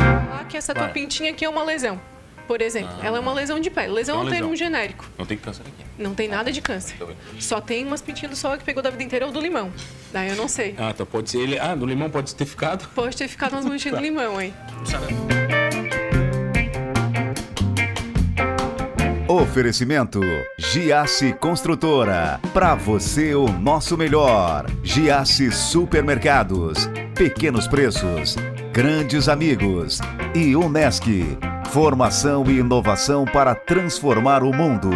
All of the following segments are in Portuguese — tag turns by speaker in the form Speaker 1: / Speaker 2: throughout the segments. Speaker 1: Ah, que essa tua
Speaker 2: Claro.
Speaker 1: pintinha aqui é uma lesão. Por exemplo, ela é uma lesão de pele. Lesão é
Speaker 2: Ah. É
Speaker 1: um
Speaker 2: uma
Speaker 1: termo
Speaker 2: lesão.
Speaker 1: genérico.
Speaker 2: Não tem câncer aqui.
Speaker 1: Não tem nada de câncer.
Speaker 2: Tá bem.
Speaker 1: Só tem umas pintinhas do sol que pegou da vida inteira ou do limão. Daí eu não sei.
Speaker 2: Ah, tá. Pode ser ele. Ah, do limão pode ter ficado.
Speaker 1: Pode ter ficado umas manchinhas do limão, hein?
Speaker 2: Tá.
Speaker 3: Oferecimento Giasse Construtora. Para você o nosso melhor. Giasse Supermercados. Pequenos preços, grandes amigos e Unesc. Formação e inovação para transformar o mundo.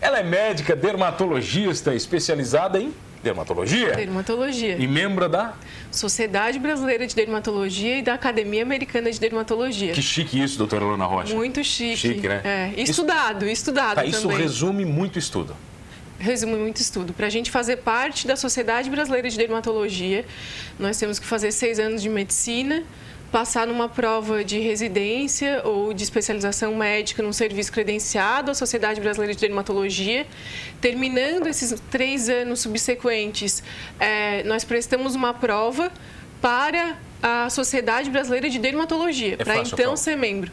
Speaker 2: Ela é médica dermatologista especializada em dermatologia
Speaker 1: Dermatologia.
Speaker 2: e membro da.
Speaker 1: Sociedade Brasileira de Dermatologia e da Academia Americana de Dermatologia.
Speaker 2: Que chique isso, doutora Luna Rocha.
Speaker 1: Muito chique.
Speaker 2: Chique, né?
Speaker 1: É, estudado, estudado
Speaker 2: Tá,
Speaker 1: também.
Speaker 2: isso resume muito estudo.
Speaker 1: Resume muito estudo. Para a gente fazer parte da Sociedade Brasileira de Dermatologia, nós temos que fazer seis anos de medicina, passar numa prova de residência ou de especialização médica num serviço credenciado à Sociedade Brasileira de Dermatologia. Terminando esses três anos subsequentes, eh, nós prestamos uma prova para a Sociedade Brasileira de Dermatologia,
Speaker 2: É
Speaker 1: para
Speaker 2: fácil a
Speaker 1: então
Speaker 2: prova?
Speaker 1: ser membro.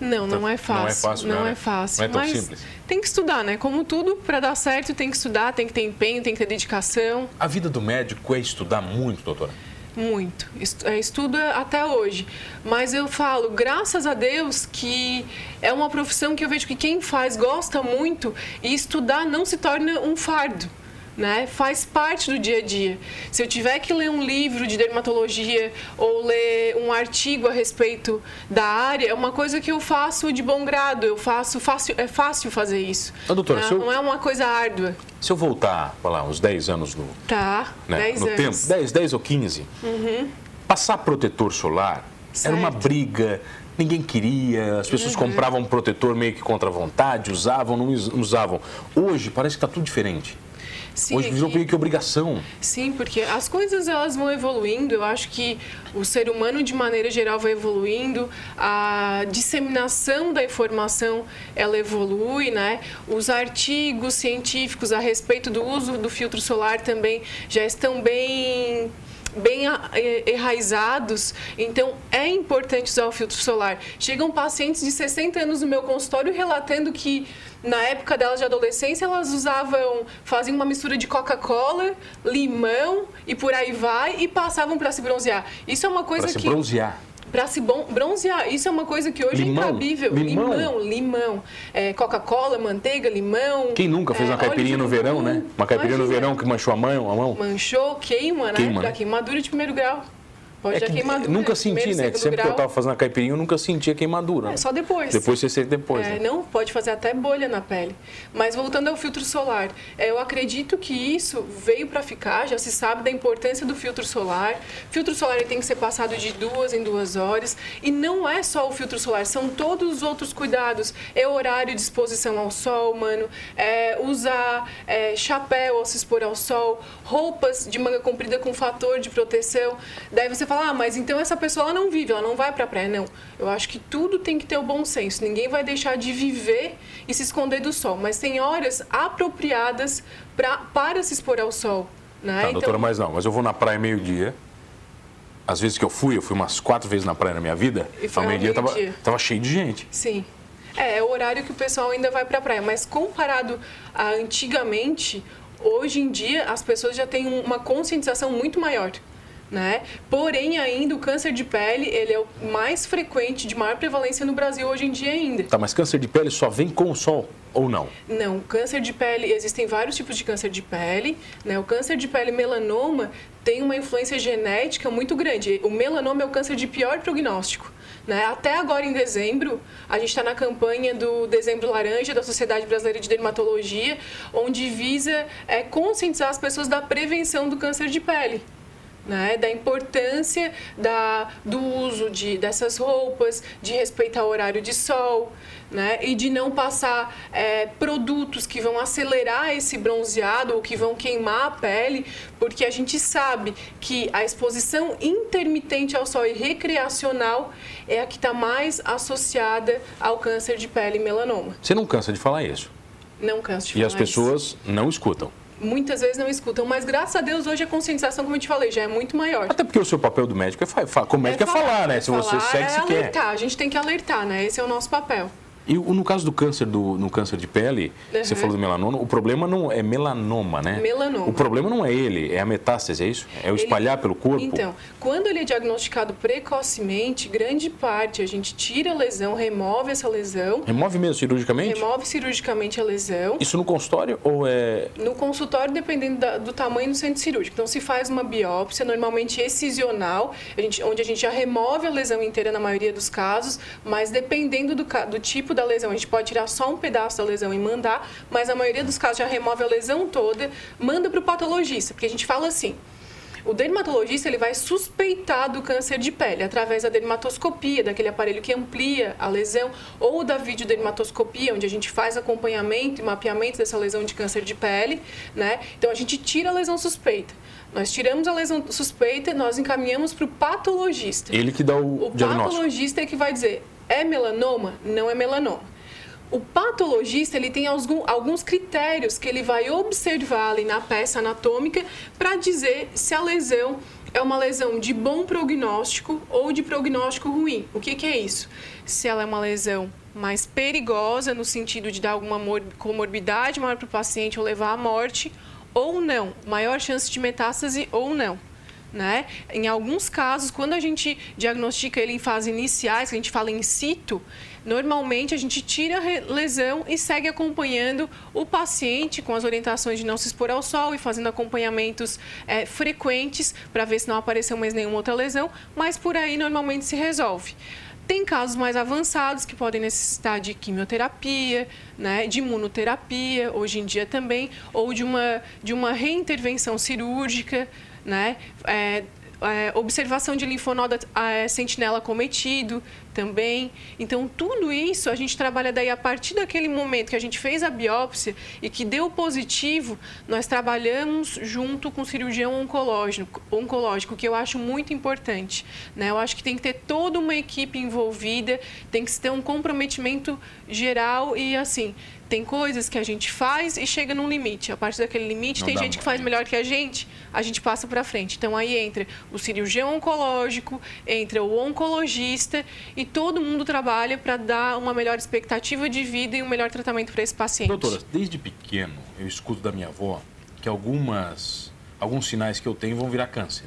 Speaker 1: Não,
Speaker 2: Então,
Speaker 1: não é fácil.
Speaker 2: não é fácil,
Speaker 1: não
Speaker 2: né?
Speaker 1: é fácil.
Speaker 2: Não é tão
Speaker 1: mas
Speaker 2: simples.
Speaker 1: tem que estudar, né? Como tudo, para dar certo, tem que estudar, tem que ter empenho, tem que ter dedicação.
Speaker 2: A vida do médico é estudar muito, doutora.
Speaker 1: Muito. Estu- é, Estuda até hoje. Mas eu falo, graças a Deus, que é uma profissão que eu vejo que quem faz gosta muito e estudar não se torna um fardo. Né? Faz parte do dia a dia. Se eu tiver que ler um livro de dermatologia ou ler um artigo a respeito da área, é uma coisa que eu faço de bom grado, eu faço fácil, é fácil fazer isso.
Speaker 2: Ô, Ah, doutora,
Speaker 1: né?
Speaker 2: se eu-
Speaker 1: Não é uma coisa árdua.
Speaker 2: Se eu voltar, vai lá, uns 10 anos no,
Speaker 1: Tá,
Speaker 2: né,
Speaker 1: 10
Speaker 2: no
Speaker 1: anos. Uhum.
Speaker 2: tempo, 10, 10 ou 15, passar protetor solar
Speaker 1: Certo. Uhum.
Speaker 2: era uma briga, ninguém queria, as pessoas compravam um protetor meio que contra a vontade, usavam, não us- não usavam. Hoje parece que está tudo diferente.
Speaker 1: Sim,
Speaker 2: Hoje virou
Speaker 1: que-
Speaker 2: meio que obrigação.
Speaker 1: Sim, porque as coisas elas vão evoluindo. Eu acho que o ser humano de maneira geral vai evoluindo. A disseminação da informação ela evolui, né? Os artigos científicos a respeito do uso do filtro solar também já estão bem bem a- eh, enraizados, então é importante usar o filtro solar. Chegam pacientes de 60 anos no meu consultório relatando que na época delas de adolescência elas usavam, faziam uma mistura de Coca-Cola, limão e por aí vai e passavam para se bronzear. Isso é uma coisa
Speaker 2: Para se
Speaker 1: que
Speaker 2: bronzear.
Speaker 1: para se bron- bronzear. Isso é uma coisa que hoje
Speaker 2: Limão?
Speaker 1: é incabível.
Speaker 2: Limão?
Speaker 1: limão, limão. É, Coca-Cola, manteiga, limão.
Speaker 2: Quem nunca fez
Speaker 1: é,
Speaker 2: uma caipirinha
Speaker 1: óleo
Speaker 2: no
Speaker 1: de
Speaker 2: verão, né?
Speaker 1: coco.
Speaker 2: Uma caipirinha no
Speaker 1: Imagina.
Speaker 2: verão que manchou a mão, a mão.
Speaker 1: Manchou, queima, né?
Speaker 2: Queima,
Speaker 1: Dá
Speaker 2: né?
Speaker 1: queimadura de primeiro grau. Pode
Speaker 2: É
Speaker 1: dar
Speaker 2: que
Speaker 1: queimadura.
Speaker 2: nunca
Speaker 1: de
Speaker 2: senti,
Speaker 1: primeiro,
Speaker 2: né? Que
Speaker 1: segundo
Speaker 2: sempre que eu
Speaker 1: grau.
Speaker 2: tava fazendo a caipirinha, eu nunca sentia queimadura.
Speaker 1: É,
Speaker 2: né?
Speaker 1: só depois.
Speaker 2: Depois você sente depois.
Speaker 1: É,
Speaker 2: né?
Speaker 1: não, pode fazer até bolha na pele. Mas voltando ao filtro solar, é, eu acredito que isso veio para ficar, já se sabe da importância do filtro solar. Filtro solar ele tem que ser passado de duas em duas horas. E não é só o filtro solar, são todos os outros cuidados. É horário de exposição ao sol, humano, é, usar é, chapéu ao se expor ao sol, roupas de manga comprida com fator de proteção. Daí você fala, ah, mas então essa pessoa ela não vive, ela não vai pra praia. Não, eu acho que tudo tem que ter o bom senso. Ninguém vai deixar de viver e se esconder do sol, mas tem horas apropriadas pra, para se expor ao sol. Né?
Speaker 2: Tá, doutora, mas não. Mas eu vou na praia meio-dia. Às vezes que eu fui, eu fui umas quatro vezes na praia na minha vida.
Speaker 1: E foi ao
Speaker 2: ao meio-dia tava,
Speaker 1: meio-dia.
Speaker 2: tava cheio de gente.
Speaker 1: Sim. É, é o horário que o pessoal ainda vai pra praia. Mas comparado a antigamente, hoje em dia as pessoas já têm um- uma conscientização muito maior. Né? Porém, ainda o câncer de pele ele é o mais frequente, de maior prevalência no Brasil hoje em dia ainda.
Speaker 2: Tá, mas câncer de pele só vem com o sol ou não?
Speaker 1: Não, câncer de pele, existem vários tipos de câncer de pele, né? O câncer de pele melanoma tem uma influência genética muito grande. O melanoma é o câncer de pior prognóstico. Né? Até agora em dezembro, a gente está na campanha do Dezembro Laranja da Sociedade Brasileira de Dermatologia, onde visa é, conscientizar as pessoas da prevenção do câncer de pele né, da importância da, do uso de, dessas roupas, de respeitar o horário de sol, né, e de não passar eh, produtos que vão acelerar esse bronzeado ou que vão queimar a pele, porque a gente sabe que a exposição intermitente ao sol e recreacional é a que está mais associada ao câncer de pele e melanoma.
Speaker 2: Você não cansa de falar isso.
Speaker 1: Não canso de
Speaker 2: E as
Speaker 1: falar isso.
Speaker 2: pessoas não escutam.
Speaker 1: muitas vezes não escutam. Mas graças a Deus hoje a conscientização, como eu te falei, já é muito maior.
Speaker 2: Até porque o seu papel do médico é, fa- fa- como médico é, falar, né? Se você
Speaker 1: falar,
Speaker 2: segue,
Speaker 1: é
Speaker 2: se quer.
Speaker 1: alertar, a gente tem que alertar, né? Esse é o nosso papel.
Speaker 2: E o- no caso do câncer do no câncer de pele,
Speaker 1: Uhum.
Speaker 2: você falou do melanoma, o problema não é melanoma, né?
Speaker 1: Melanoma.
Speaker 2: O problema não é ele, é a metástase, é isso? É o espalhar pelo corpo?
Speaker 1: Então, quando ele é diagnosticado precocemente, grande parte a gente tira a lesão, remove essa lesão,
Speaker 2: Remove mesmo cirurgicamente?
Speaker 1: remove cirurgicamente a lesão.
Speaker 2: Isso no consultório ou é
Speaker 1: No consultório, dependendo da- do tamanho do centro cirúrgico. Então, se faz uma biópsia, normalmente excisional, a gente- onde a gente já remove a lesão inteira na maioria dos casos, mas dependendo do, ca- do tipo da lesão, a gente pode tirar só um pedaço da lesão e mandar, mas a maioria dos casos já remove a lesão toda, manda para o patologista, porque a gente fala assim. O dermatologista ele vai suspeitar do câncer de pele através da dermatoscopia, daquele aparelho que amplia a lesão, ou da videodermatoscopia, onde a gente faz acompanhamento e mapeamento dessa lesão de câncer de pele, né? Então a gente tira a lesão suspeita. Nós tiramos a lesão suspeita, nós encaminhamos para o patologista.
Speaker 2: ele que dá o,
Speaker 1: O
Speaker 2: diagnóstico?
Speaker 1: patologista é que vai dizer, é melanoma? Não é melanoma. O patologista, ele tem algum- alguns critérios que ele vai observar ali na peça anatômica para dizer se a lesão é uma lesão de bom prognóstico ou de prognóstico ruim. O que que é isso? Se ela é uma lesão mais perigosa no sentido de dar alguma mor- comorbidade maior para o paciente ou levar à morte ou não, maior chance de metástase ou não né? Em alguns casos, quando a gente diagnostica ele em fases iniciais, que a gente fala in situ, normalmente a gente tira a re- lesão e segue acompanhando o paciente com as orientações de não se expor ao sol e fazendo acompanhamentos eh, frequentes para ver se não apareceu mais nenhuma outra lesão, mas por aí normalmente se resolve. Tem casos mais avançados que podem necessitar de quimioterapia, né, de imunoterapia, hoje em dia também, ou de uma, de uma reintervenção cirúrgica, né, é, é, observação de linfonoda é, sentinela cometido também. Então, tudo isso a gente trabalha daí a partir daquele momento que a gente fez a biópsia e que deu positivo, nós trabalhamos junto com o cirurgião oncológico, oncológico que eu acho muito importante. Né? Eu acho que tem que ter toda uma equipe envolvida, tem que ter um comprometimento geral e assim. Tem coisas que a gente faz e chega num limite. A partir daquele limite,
Speaker 2: Não
Speaker 1: tem
Speaker 2: dá
Speaker 1: gente que
Speaker 2: mais.
Speaker 1: faz melhor que a gente, a gente passa para frente. Então aí entra o cirurgião oncológico, entra o oncologista e todo mundo trabalha para dar uma melhor expectativa de vida e um melhor tratamento para esse paciente.
Speaker 2: Doutora, desde pequeno eu escuto da minha avó que algumas alguns sinais que eu tenho vão virar câncer.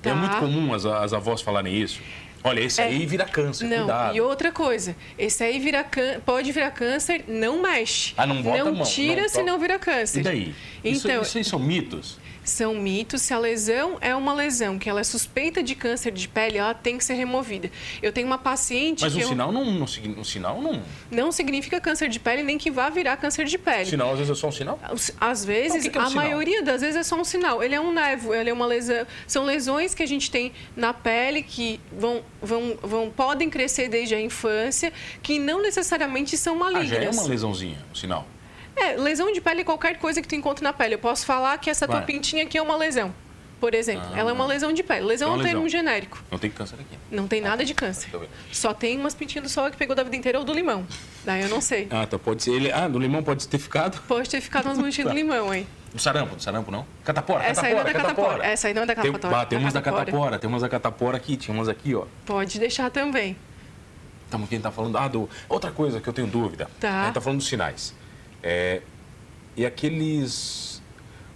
Speaker 2: É
Speaker 1: Tá. É.
Speaker 2: muito comum as, as avós falarem isso. Olha, esse aí vira câncer,
Speaker 1: Não,
Speaker 2: cuidado.
Speaker 1: e outra coisa, esse aí vira cân- pode virar câncer, não mexe.
Speaker 2: Ah, não bota a mão,
Speaker 1: tira
Speaker 2: não
Speaker 1: se não
Speaker 2: toca.
Speaker 1: vira câncer.
Speaker 2: E daí? Isso-
Speaker 1: Então,
Speaker 2: isso é- aí são mitos?
Speaker 1: são mitos. Se a lesão é uma lesão que ela é suspeita de câncer de pele, ela tem que ser removida. Eu tenho uma paciente
Speaker 2: Mas
Speaker 1: que
Speaker 2: um
Speaker 1: eu-
Speaker 2: sinal não, não, signi- um sinal não.
Speaker 1: não significa câncer de pele, nem que vá virar câncer de pele.
Speaker 2: Sinal às vezes é só um sinal.
Speaker 1: Os- Às vezes,
Speaker 2: Então, o que que é um
Speaker 1: a
Speaker 2: sinal?
Speaker 1: maioria das vezes é só um sinal. Ele é um nevo, ele é uma lesão. São lesões que a gente tem na pele que vão, vão, vão, podem crescer desde a infância, que não necessariamente são
Speaker 2: Ah, já é uma
Speaker 1: malignas.
Speaker 2: lesãozinha, um sinal.
Speaker 1: É, lesão de pele é qualquer coisa que tu encontra na pele. Eu posso falar que essa tua
Speaker 2: Vai. Ah.
Speaker 1: pintinha aqui é uma lesão. Por exemplo, ela é uma lesão de pele. Lesão
Speaker 2: É
Speaker 1: é
Speaker 2: uma
Speaker 1: um termo
Speaker 2: lesão.
Speaker 1: genérico.
Speaker 2: Não tem câncer aqui.
Speaker 1: Não tem nada de câncer.
Speaker 2: tá bem.
Speaker 1: Só tem umas pintinhas do sol que pegou da vida inteira ou do limão. Daí eu não sei.
Speaker 2: Ah, tá. Pode ser. Ele, ah, do limão pode ter ficado.
Speaker 1: Pode ter ficado umas manchinhas do limão, hein?
Speaker 2: Do sarampo, do sarampo não? Catapora,
Speaker 1: Essa aí não é
Speaker 2: catapora,
Speaker 1: da
Speaker 2: catapora.
Speaker 1: catapora. Essa aí não é da
Speaker 2: Tem,
Speaker 1: catapora.
Speaker 2: ah, tem
Speaker 1: Da
Speaker 2: umas da
Speaker 1: catapora.
Speaker 2: catapora, tem umas da catapora aqui, tinha umas aqui, ó.
Speaker 1: Pode deixar também.
Speaker 2: Tamo quem tá falando. Ah, do. Outra coisa que eu tenho dúvida.
Speaker 1: Tá.
Speaker 2: A gente tá falando dos sinais. É, e aqueles.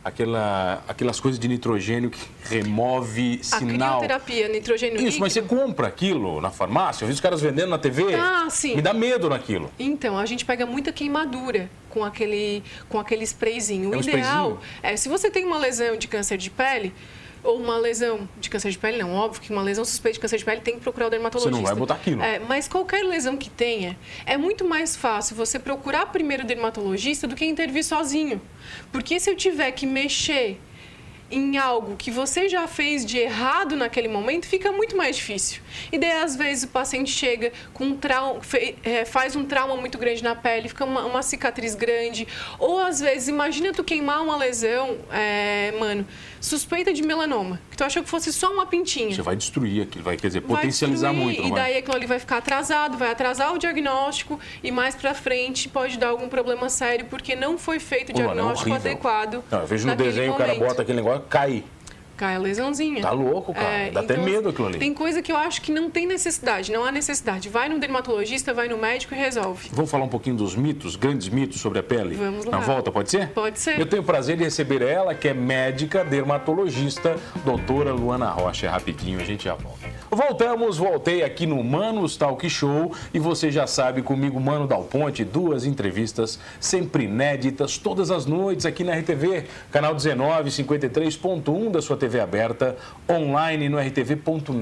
Speaker 2: Aquela, aquelas coisas de nitrogênio que remove
Speaker 1: A
Speaker 2: sinal.
Speaker 1: crioterapia, nitrogênio
Speaker 2: Isso, mas você
Speaker 1: líquido.
Speaker 2: compra aquilo na farmácia? Eu vi os caras vendendo na TV.
Speaker 1: Ah, sim.
Speaker 2: Me dá medo naquilo.
Speaker 1: Então, a gente pega muita queimadura com aquele, com aquele sprayzinho. O
Speaker 2: É um
Speaker 1: ideal
Speaker 2: sprayzinho?
Speaker 1: é, se você tem uma lesão de câncer de pele, ou uma lesão de câncer de pele, não, óbvio que uma lesão suspeita de câncer de pele tem que procurar o dermatologista.
Speaker 2: vai botar aquilo.
Speaker 1: É, mas qualquer lesão que tenha, é muito mais fácil você procurar primeiro o dermatologista do que intervir sozinho. Porque se eu tiver que mexer em algo que você já fez de errado naquele momento, fica muito mais difícil. E daí, às vezes, o paciente chega com um trauma, fe- é, faz um trauma muito grande na pele, fica uma, uma cicatriz grande. Ou, às vezes, imagina tu queimar uma lesão, é, mano, suspeita de melanoma, que tu achou que fosse só uma pintinha.
Speaker 2: Você vai destruir aquilo, vai, quer dizer,
Speaker 1: Vai
Speaker 2: potencializar
Speaker 1: destruir,
Speaker 2: muito.
Speaker 1: E
Speaker 2: não é? vai?
Speaker 1: daí é aquilo ali vai ficar atrasado, vai atrasar o diagnóstico e mais pra frente pode dar algum problema sério porque não foi feito o
Speaker 2: Pô, mano, é
Speaker 1: diagnóstico
Speaker 2: horrível.
Speaker 1: adequado.
Speaker 2: Não, eu vejo no
Speaker 1: naquele
Speaker 2: desenho, o cara
Speaker 1: momento.
Speaker 2: bota aquele negócio, cai.
Speaker 1: Cai a lesãozinha. É, então,
Speaker 2: Tá louco, cara. Dá até medo aquilo ali.
Speaker 1: Tem coisa que eu acho que não tem necessidade, não há necessidade. Vai no dermatologista, vai no médico e resolve.
Speaker 2: Vamos falar um pouquinho dos mitos, grandes mitos sobre a pele?
Speaker 1: Vamos lá.
Speaker 2: Na volta, pode ser?
Speaker 1: Pode ser.
Speaker 2: Eu tenho o prazer de receber ela, que é médica, dermatologista, doutora Luana Rocha. É rapidinho, a gente já volta. Voltamos, voltei aqui no Manos Talk Show e você já sabe, comigo, Mano Dal Ponte, duas entrevistas sempre inéditas, todas as noites aqui na RTV, canal 1953.1 da sua TV aberta, online no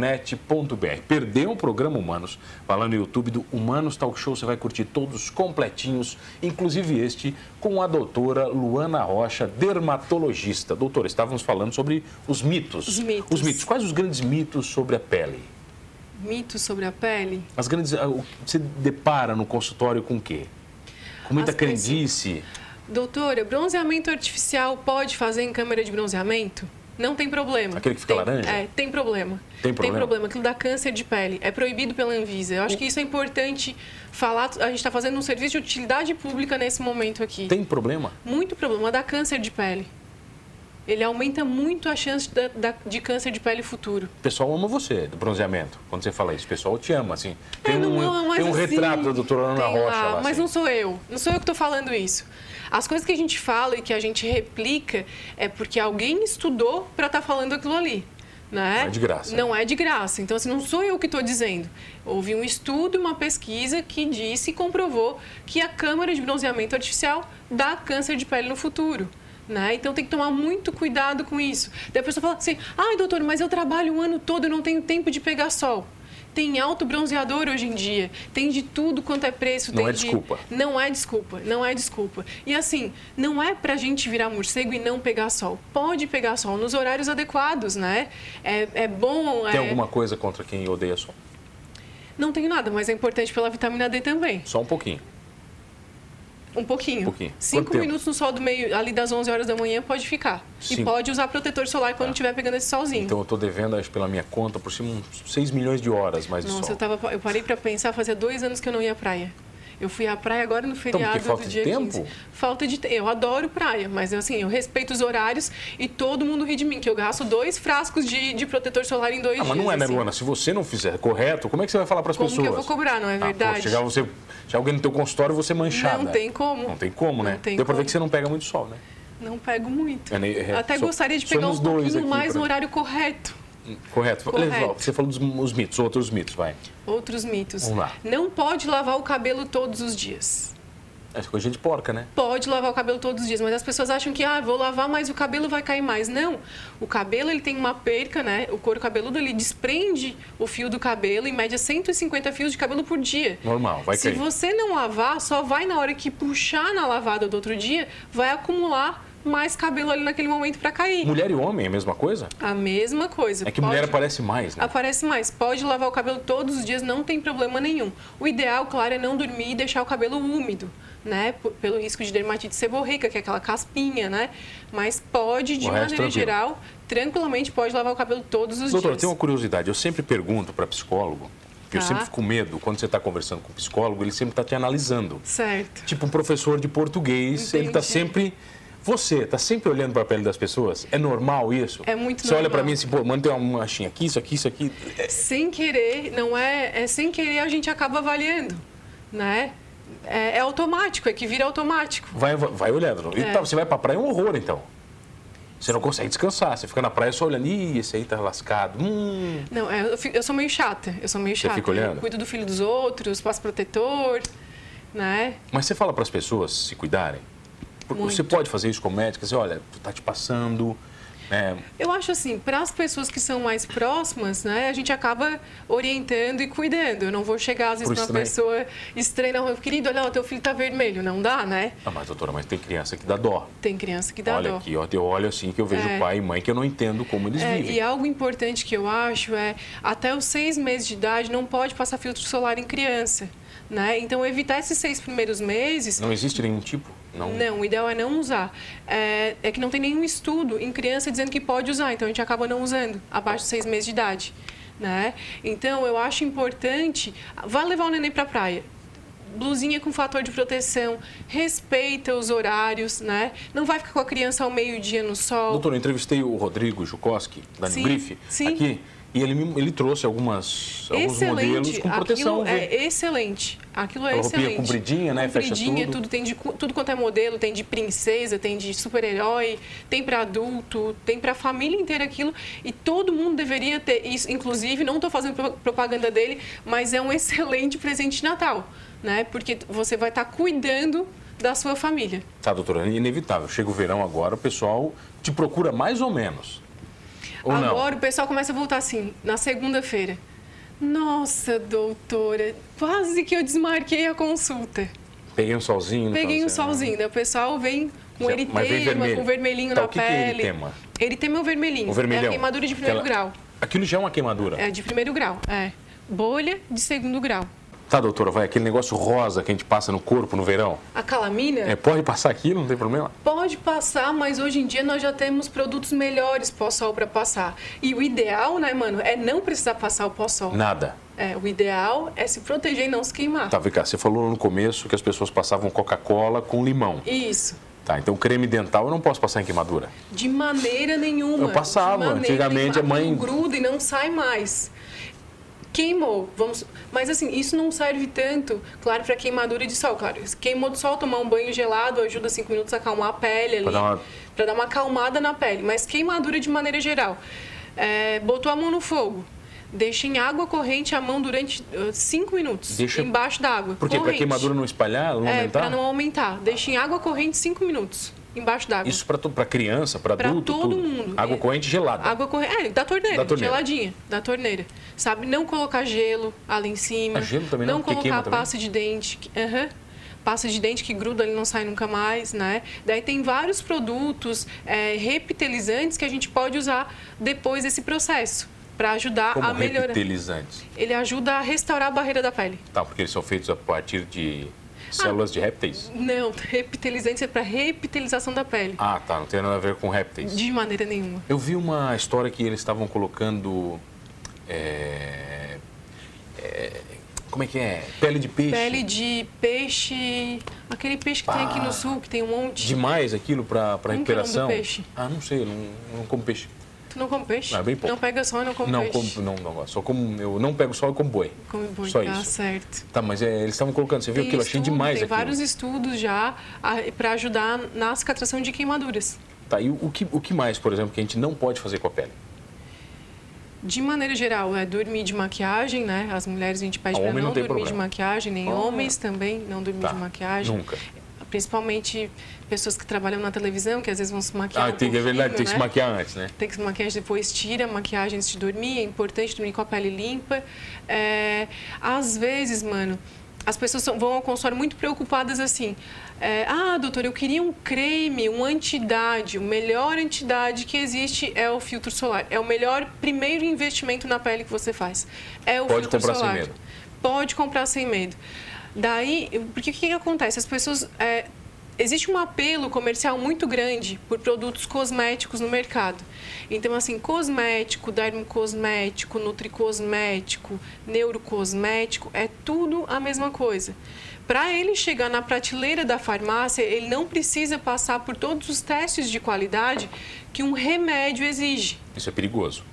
Speaker 2: rtv.net.br. Perdeu o programa Humanos? Vai lá no YouTube do Humanos Talk Show, você vai curtir todos completinhos, inclusive este com a doutora Luana Rocha, dermatologista. Doutora, estávamos falando sobre os mitos.
Speaker 1: Os mitos.
Speaker 2: Os mitos. Quais os grandes mitos sobre a pele?
Speaker 1: Mitos sobre a pele.
Speaker 2: As grandes. ah, o que Você depara no consultório com o quê? Com muita
Speaker 1: As pessoas-
Speaker 2: crendice.
Speaker 1: Doutora, bronzeamento artificial pode fazer em câmera de bronzeamento? Não tem problema.
Speaker 2: Aquele que fica
Speaker 1: Tem-
Speaker 2: laranja?
Speaker 1: É, tem problema.
Speaker 2: Tem problema?
Speaker 1: Aquilo dá câncer de pele. É proibido pela Anvisa. Eu acho que isso é importante falar. A gente está fazendo um serviço de utilidade pública nesse momento aqui.
Speaker 2: Tem problema?
Speaker 1: Muito problema. Dá câncer de pele. Ele aumenta muito a chance da- da- de câncer de pele futuro.
Speaker 2: O pessoal ama você, do bronzeamento. Quando você fala isso, o pessoal te ama, assim. Tem
Speaker 1: É, não,
Speaker 2: um,
Speaker 1: não, mas
Speaker 2: tem um
Speaker 1: assim,
Speaker 2: retrato da doutora Ana
Speaker 1: tem
Speaker 2: Rocha
Speaker 1: lá, um
Speaker 2: lá.
Speaker 1: mas
Speaker 2: assim.
Speaker 1: não sou eu. Não sou eu que estou falando isso. As coisas que a gente fala e que a gente replica é porque alguém estudou para estar falando aquilo ali. Né?
Speaker 2: Não é de graça.
Speaker 1: Não é de graça. Então, assim, não sou eu que estou dizendo. Houve um estudo, uma pesquisa que disse e comprovou que a câmara de bronzeamento artificial dá câncer de pele no futuro. Né? Então tem que tomar muito cuidado com isso. Daí a pessoa fala assim: ai, doutor, mas eu trabalho o ano todo, eu não tenho tempo de pegar sol. Tem alto bronzeador hoje em dia, tem de tudo quanto é preço.
Speaker 2: Não
Speaker 1: tem
Speaker 2: é
Speaker 1: de-
Speaker 2: desculpa.
Speaker 1: Não é desculpa, não é desculpa. E assim, não é pra gente virar morcego e não pegar sol. Pode pegar sol nos horários adequados, né? É, é bom.
Speaker 2: Tem
Speaker 1: é-
Speaker 2: alguma coisa contra quem odeia sol?
Speaker 1: Não tenho nada, mas é importante pela vitamina D também.
Speaker 2: Só um pouquinho.
Speaker 1: Um pouquinho.
Speaker 2: Um pouquinho.
Speaker 1: Cinco
Speaker 2: Quanto tempo?
Speaker 1: minutos no sol do meio, ali das 11 horas da manhã, pode ficar.
Speaker 2: Cinco. Tá.
Speaker 1: E pode usar protetor solar quando estiver pegando esse solzinho.
Speaker 2: Então eu tô devendo, acho, pela minha conta, por cima, uns 6 milhões de horas mais de
Speaker 1: Nossa,
Speaker 2: sol.
Speaker 1: eu, tava, eu parei pra pensar, fazia dois anos que eu não ia à praia. Eu fui à praia agora no
Speaker 2: Então, porque
Speaker 1: feriado
Speaker 2: falta
Speaker 1: do
Speaker 2: de
Speaker 1: dia
Speaker 2: tempo?
Speaker 1: 15. Falta de tempo. Eu adoro praia, mas assim, eu respeito os horários e todo mundo ri de mim, que eu gasto dois frascos de, de protetor solar em dois
Speaker 2: Ah,
Speaker 1: dias.
Speaker 2: mas não é, né,
Speaker 1: assim.
Speaker 2: Luana? Se você não fizer correto, como é que você vai falar para as
Speaker 1: Como
Speaker 2: pessoas?
Speaker 1: que eu vou cobrar, não é
Speaker 2: Ah, pô,
Speaker 1: verdade?
Speaker 2: chegar, você, chegar alguém no teu consultório, você manchada.
Speaker 1: Não tem como.
Speaker 2: Não tem como, né?
Speaker 1: Não tem
Speaker 2: Deu para ver
Speaker 1: como.
Speaker 2: que você não pega muito sol, né?
Speaker 1: Não pego muito.
Speaker 2: É, né, é,
Speaker 1: Até
Speaker 2: so-
Speaker 1: gostaria de pegar um
Speaker 2: somos dois
Speaker 1: pouquinho
Speaker 2: aqui,
Speaker 1: mais
Speaker 2: por
Speaker 1: no
Speaker 2: exemplo.
Speaker 1: horário correto.
Speaker 2: Correto.
Speaker 1: Correto.
Speaker 2: Legal. Você falou dos os mitos, outros mitos, vai.
Speaker 1: Outros mitos.
Speaker 2: Vamos lá.
Speaker 1: Não pode lavar o cabelo todos os dias.
Speaker 2: Essa coisa de porca, né?
Speaker 1: Pode lavar o cabelo todos os dias, mas as pessoas acham que ah, vou lavar, mas o cabelo vai cair mais. Não. O cabelo ele tem uma perca, né? O couro cabeludo ele desprende o fio do cabelo, em média 150 fios de cabelo por dia.
Speaker 2: Normal, vai
Speaker 1: Se
Speaker 2: cair.
Speaker 1: você não lavar, só vai na hora que puxar na lavada do outro dia, vai acumular mais cabelo ali naquele momento para cair.
Speaker 2: Mulher e homem é a mesma coisa?
Speaker 1: A mesma coisa.
Speaker 2: É que
Speaker 1: Pode-
Speaker 2: mulher aparece mais, né?
Speaker 1: Aparece mais. Pode lavar o cabelo todos os dias, não tem problema nenhum. O ideal, claro, é não dormir e deixar o cabelo úmido, né? P- pelo risco de dermatite seborreica, que é aquela caspinha, né? Mas pode, de
Speaker 2: O resto,
Speaker 1: maneira
Speaker 2: tranquilo.
Speaker 1: geral, tranquilamente pode lavar o cabelo todos os
Speaker 2: Doutora,
Speaker 1: dias.
Speaker 2: tem um- uma curiosidade. Eu sempre pergunto para psicólogo, porque eu
Speaker 1: Tá.
Speaker 2: sempre fico com medo, quando você está conversando com o psicólogo, ele sempre está te analisando.
Speaker 1: Certo.
Speaker 2: Tipo um professor de português, ele está
Speaker 1: Entendi.
Speaker 2: sempre... Você está sempre olhando para a pele das pessoas? É normal isso?
Speaker 1: É muito
Speaker 2: você olha para
Speaker 1: normal.
Speaker 2: mim assim, pô, mano, tem uma manchinha aqui, isso aqui, isso aqui. É-
Speaker 1: Sem querer, não é, é sem querer a gente acaba avaliando, né? É, é automático, é que vira automático.
Speaker 2: Vai, vai olhando. E
Speaker 1: É.
Speaker 2: tá, você vai pra praia, é um horror, então. Você não consegue descansar. Você fica na praia só olhando. Ih, esse aí tá lascado. Hum.
Speaker 1: Não, é, eu, fi- eu sou meio chata. Eu sou meio chata.
Speaker 2: fica olhando?
Speaker 1: Eu cuido do filho dos outros, passo protetor, né?
Speaker 2: Mas você fala pras pessoas se cuidarem? Porque
Speaker 1: Muito.
Speaker 2: assim, você pode fazer isso com médica. Você, olha, tu tá te passando. É.
Speaker 1: Eu acho assim, para as pessoas que são mais próximas, né, a gente acaba orientando e cuidando. Eu não vou chegar, às vezes,
Speaker 2: Pro
Speaker 1: para uma
Speaker 2: estranho.
Speaker 1: pessoa estranha, não, querido, olha lá, teu filho tá vermelho. Não dá, né?
Speaker 2: Ah, mas doutora, mas tem criança que dá dó.
Speaker 1: Tem criança que dá
Speaker 2: Olha
Speaker 1: dó.
Speaker 2: aqui, ó, eu olho assim que eu vejo
Speaker 1: É.
Speaker 2: pai e mãe que eu não entendo como eles
Speaker 1: É,
Speaker 2: vivem.
Speaker 1: e algo importante que eu acho é até os seis meses de idade não pode passar filtro solar em criança, né? Então evitar esses seis primeiros meses.
Speaker 2: Não existe nenhum tipo? Não.
Speaker 1: Não, o ideal é não usar. É, é que não tem nenhum estudo em criança dizendo que pode usar, então a gente acaba não usando abaixo de seis meses de idade, né? Então eu acho importante, vá levar o neném para praia. Blusinha com fator de proteção, respeita os horários, né? Não vai ficar com a criança ao meio-dia no sol.
Speaker 2: Doutora, eu entrevistei o Rodrigo Jukoski, da
Speaker 1: Sim,
Speaker 2: Brief,
Speaker 1: sim.
Speaker 2: aqui, e ele, me- ele trouxe algumas, alguns modelos com proteção.
Speaker 1: Aquilo
Speaker 2: vê?
Speaker 1: é excelente. Aquilo é
Speaker 2: Aquela roupinha
Speaker 1: excelente.
Speaker 2: compridinha, né? Fecha
Speaker 1: Compridinha,
Speaker 2: tudo.
Speaker 1: Tem de cu- tudo quanto é modelo, tem de princesa, tem de super-herói, tem para adulto, tem para família inteira aquilo. E todo mundo deveria ter isso. Inclusive, não estou fazendo pro- propaganda dele, mas é um excelente presente de Natal, né? Porque você vai estar cuidando da sua família.
Speaker 2: Tá, doutora, é inevitável. Chega o verão agora, o pessoal te procura mais ou menos. Ou não?
Speaker 1: Agora o pessoal começa a voltar assim, na segunda-feira. Nossa, doutora, quase que eu desmarquei a consulta.
Speaker 2: Peguei um solzinho. no
Speaker 1: Peguei
Speaker 2: final
Speaker 1: um
Speaker 2: de semana.
Speaker 1: solzinho, daí o pessoal vem com
Speaker 2: Mas vem
Speaker 1: eritema,
Speaker 2: vermelho.
Speaker 1: com vermelhinho
Speaker 2: Tá,
Speaker 1: na
Speaker 2: o que que é
Speaker 1: pele.
Speaker 2: eritema?
Speaker 1: Eritema é o vermelhinho.
Speaker 2: Um vermelhão.
Speaker 1: É a queimadura de primeiro
Speaker 2: Aquela-
Speaker 1: grau.
Speaker 2: Aquilo já é uma queimadura.
Speaker 1: É de primeiro grau, é. Bolha de segundo grau.
Speaker 2: Tá, doutora, vai aquele negócio rosa que a gente passa no corpo no verão.
Speaker 1: A calamina
Speaker 2: É, pode passar aqui, não tem problema?
Speaker 1: pode passar, mas hoje em dia nós já temos produtos melhores pós-sol para passar. E o ideal, né, mano, é não precisar passar o pós-sol.
Speaker 2: Nada.
Speaker 1: É, o ideal é se proteger e não se queimar.
Speaker 2: Tá, vem cá, você falou no começo que as pessoas passavam Coca-Cola com limão.
Speaker 1: Isso.
Speaker 2: Tá, então creme dental eu não posso passar em queimadura.
Speaker 1: De maneira nenhuma.
Speaker 2: Eu passava,
Speaker 1: De maneira
Speaker 2: antigamente a
Speaker 1: nenhuma.
Speaker 2: mãe-
Speaker 1: Aquilo gruda e não sai mais. Queimou, vamos. Mas assim, isso não serve tanto, claro, para queimadura de sol. Claro, queimou de sol, tomar um banho gelado ajuda cinco minutos a acalmar a pele ali.
Speaker 2: Pra dar uma-
Speaker 1: pra dar uma acalmada na pele. Mas queimadura de maneira geral. É, botou a mão no fogo. Deixa em água corrente a mão durante eh, cinco minutos.
Speaker 2: Deixa-
Speaker 1: Embaixo da água.
Speaker 2: Por quê? Pra
Speaker 1: corrente.
Speaker 2: queimadura não espalhar, não
Speaker 1: É,
Speaker 2: aumentar?
Speaker 1: pra não aumentar. Deixa em água corrente cinco minutos. Embaixo d'água.
Speaker 2: Isso pra, tu- pra criança, pra
Speaker 1: Pra
Speaker 2: adulto,
Speaker 1: todo
Speaker 2: tudo.
Speaker 1: mundo.
Speaker 2: Água
Speaker 1: É.
Speaker 2: corrente gelada.
Speaker 1: Água corrente. É, da torneira,
Speaker 2: Da torneira.
Speaker 1: geladinha, da torneira. Sabe? Não colocar gelo ali em cima.
Speaker 2: Ah, gelo também não, porque
Speaker 1: colocar
Speaker 2: queima também.
Speaker 1: pasta de dente. que- Aham. Pasta de dente que gruda ali não sai nunca mais, né? Daí tem vários produtos é, repitelizantes que a gente pode usar depois desse processo. Pra ajudar
Speaker 2: Como
Speaker 1: a melhorar.
Speaker 2: reptilizantes.
Speaker 1: Ele ajuda a restaurar a barreira da pele.
Speaker 2: Tá, porque eles são feitos a partir de células de répteis.
Speaker 1: Não, reptilizante é pra reptilização da pele.
Speaker 2: Ah, tá, não tem nada a ver com répteis.
Speaker 1: De maneira nenhuma.
Speaker 2: Eu vi uma história que eles estavam colocando. é, é, como é que é? Pele de peixe.
Speaker 1: Pele de peixe. Aquele peixe que tem aqui no sul, que tem um monte.
Speaker 2: Demais aquilo pra, pra
Speaker 1: Como que é o nome do
Speaker 2: recuperação?
Speaker 1: peixe?
Speaker 2: Ah, não sei, eu não, não como peixe.
Speaker 1: Tu não come peixe?
Speaker 2: Ah, bem pouco.
Speaker 1: Não pega sol e não come
Speaker 2: não, como,
Speaker 1: peixe.
Speaker 2: não, não, só como. Eu não pego sol e como boi.
Speaker 1: Come boi,
Speaker 2: Só
Speaker 1: tá
Speaker 2: isso.
Speaker 1: certo.
Speaker 2: Tá, mas é, eles estavam colocando, você viu aquilo? Achei
Speaker 1: estudo,
Speaker 2: demais
Speaker 1: Tem
Speaker 2: aquilo.
Speaker 1: vários estudos já para ajudar na cicatrização de queimaduras.
Speaker 2: Tá, e o que, o que mais, por exemplo, que a gente não pode fazer com a pele?
Speaker 1: De maneira geral, é dormir de maquiagem, né? As mulheres a gente pede
Speaker 2: Ah,
Speaker 1: para
Speaker 2: homem não
Speaker 1: não,
Speaker 2: tem
Speaker 1: dormir de
Speaker 2: problema.
Speaker 1: maquiagem, nem
Speaker 2: Ah.
Speaker 1: homens também não dormir
Speaker 2: Tá,
Speaker 1: de maquiagem.
Speaker 2: nunca.
Speaker 1: Principalmente pessoas que trabalham na televisão, que às vezes vão se maquiar.
Speaker 2: Ah,
Speaker 1: um
Speaker 2: tem, é verdade,
Speaker 1: pouquinho,
Speaker 2: tem que se
Speaker 1: né?
Speaker 2: maquiar antes, né?
Speaker 1: Tem que se maquiar depois, tira a maquiagem antes de dormir. É importante dormir com a pele limpa. É, às vezes, mano, as pessoas são- vão ao consultório muito preocupadas assim. É, ah, doutor, eu queria um creme, um anti-idade. O melhor anti-idade que existe é o filtro solar. É o melhor primeiro investimento na pele que você faz. É o
Speaker 2: Pode
Speaker 1: filtro
Speaker 2: comprar sem
Speaker 1: solar.
Speaker 2: medo.
Speaker 1: Pode comprar sem medo. Daí, porque o que, que acontece? As pessoas. é, existe um apelo comercial muito grande por produtos cosméticos no mercado. Então, assim, cosmético, dermocosmético, nutricosmético, neurocosmético, é tudo a mesma coisa. Para ele chegar na prateleira da farmácia, ele não precisa passar por todos os testes de qualidade que um remédio exige.
Speaker 2: Isso é perigoso.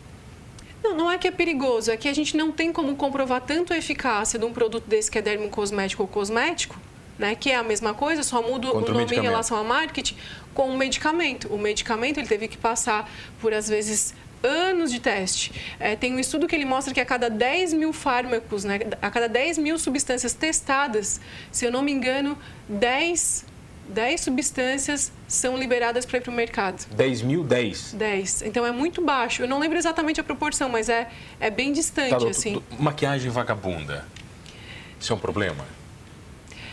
Speaker 1: Não, não é que é perigoso, é que a gente não tem como comprovar tanto a eficácia de um produto desse que é dermocosmético ou cosmético, né? Que é a mesma coisa, só muda
Speaker 2: Contra o
Speaker 1: o nome em
Speaker 2: medicamento.
Speaker 1: relação a marketing com o medicamento. O medicamento ele teve que passar por, às vezes, anos de teste. É, tem um estudo que ele mostra que a cada 10 mil fármacos, né, a cada 10 mil substâncias testadas, se eu não me engano, 10 10 substâncias são liberadas para ir para o mercado.
Speaker 2: 10.010.
Speaker 1: 10. Então é muito baixo. Eu não lembro exatamente a proporção, mas é, é bem distante,
Speaker 2: Tá, doutor,
Speaker 1: assim.
Speaker 2: do- Maquiagem vagabunda. Isso é um problema?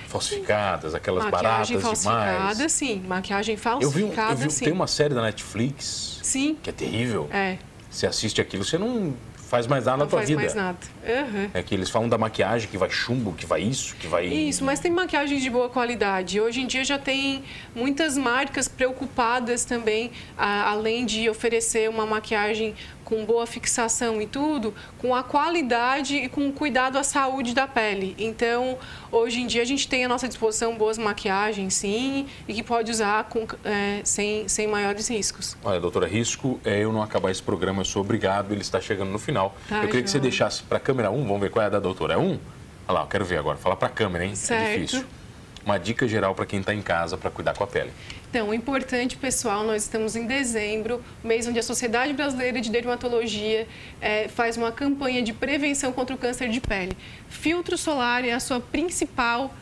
Speaker 2: Falsificadas, aquelas
Speaker 1: Maquiagem
Speaker 2: baratas
Speaker 1: falsificada,
Speaker 2: demais.
Speaker 1: sim. Maquiagem
Speaker 2: Eu vi, um-
Speaker 1: falsificada,
Speaker 2: eu vi
Speaker 1: sim.
Speaker 2: tem uma série da Netflix
Speaker 1: Sim,
Speaker 2: que é terrível.
Speaker 1: é.
Speaker 2: Você assiste aquilo, você não faz mais nada
Speaker 1: Não
Speaker 2: na tua
Speaker 1: faz
Speaker 2: vida.
Speaker 1: mais nada. Aham.
Speaker 2: É que eles falam da maquiagem que vai chumbo, que vai isso, que vai.
Speaker 1: Isso, mas tem maquiagem de boa qualidade. Hoje em dia já tem muitas marcas preocupadas também, a- além de oferecer uma maquiagem com boa fixação e tudo, com a qualidade e com o cuidado à saúde da pele. Então, hoje em dia a gente tem à nossa disposição boas maquiagens, sim, e que pode usar com, eh, sem, sem maiores riscos.
Speaker 2: Olha, doutora Risco, é, eu não acabar esse programa, eu sou obrigado, ele está chegando no final.
Speaker 1: Tá,
Speaker 2: eu queria que você
Speaker 1: joia.
Speaker 2: deixasse para a câmera 1, vamos ver qual é a da doutora. É 1? Olha lá, eu quero ver agora, falar para a câmera, hein? É
Speaker 1: Certo.
Speaker 2: difícil. Uma dica geral para quem está em casa para cuidar com a pele.
Speaker 1: Então, o importante, pessoal, nós estamos em dezembro, mês onde a Sociedade Brasileira de Dermatologia eh, faz uma campanha de prevenção contra o câncer de pele. Filtro solar é a sua principal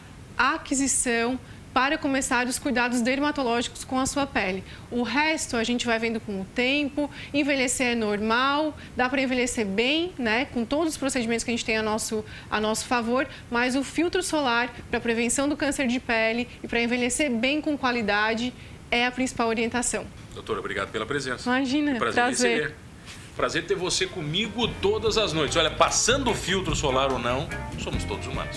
Speaker 1: aquisição para começar os cuidados dermatológicos com a sua pele. O resto a gente vai vendo com o tempo, envelhecer é normal, dá para envelhecer bem, né, com todos os procedimentos que a gente tem a nosso, a nosso favor, mas o filtro solar para prevenção do câncer de pele e para envelhecer bem com qualidade é a principal orientação.
Speaker 2: Doutora, obrigado pela presença.
Speaker 1: Imagina,
Speaker 2: Que prazer,
Speaker 1: prazer.
Speaker 2: receber. Prazer ter você comigo todas as noites. Olha, passando o filtro solar ou não, somos todos humanos.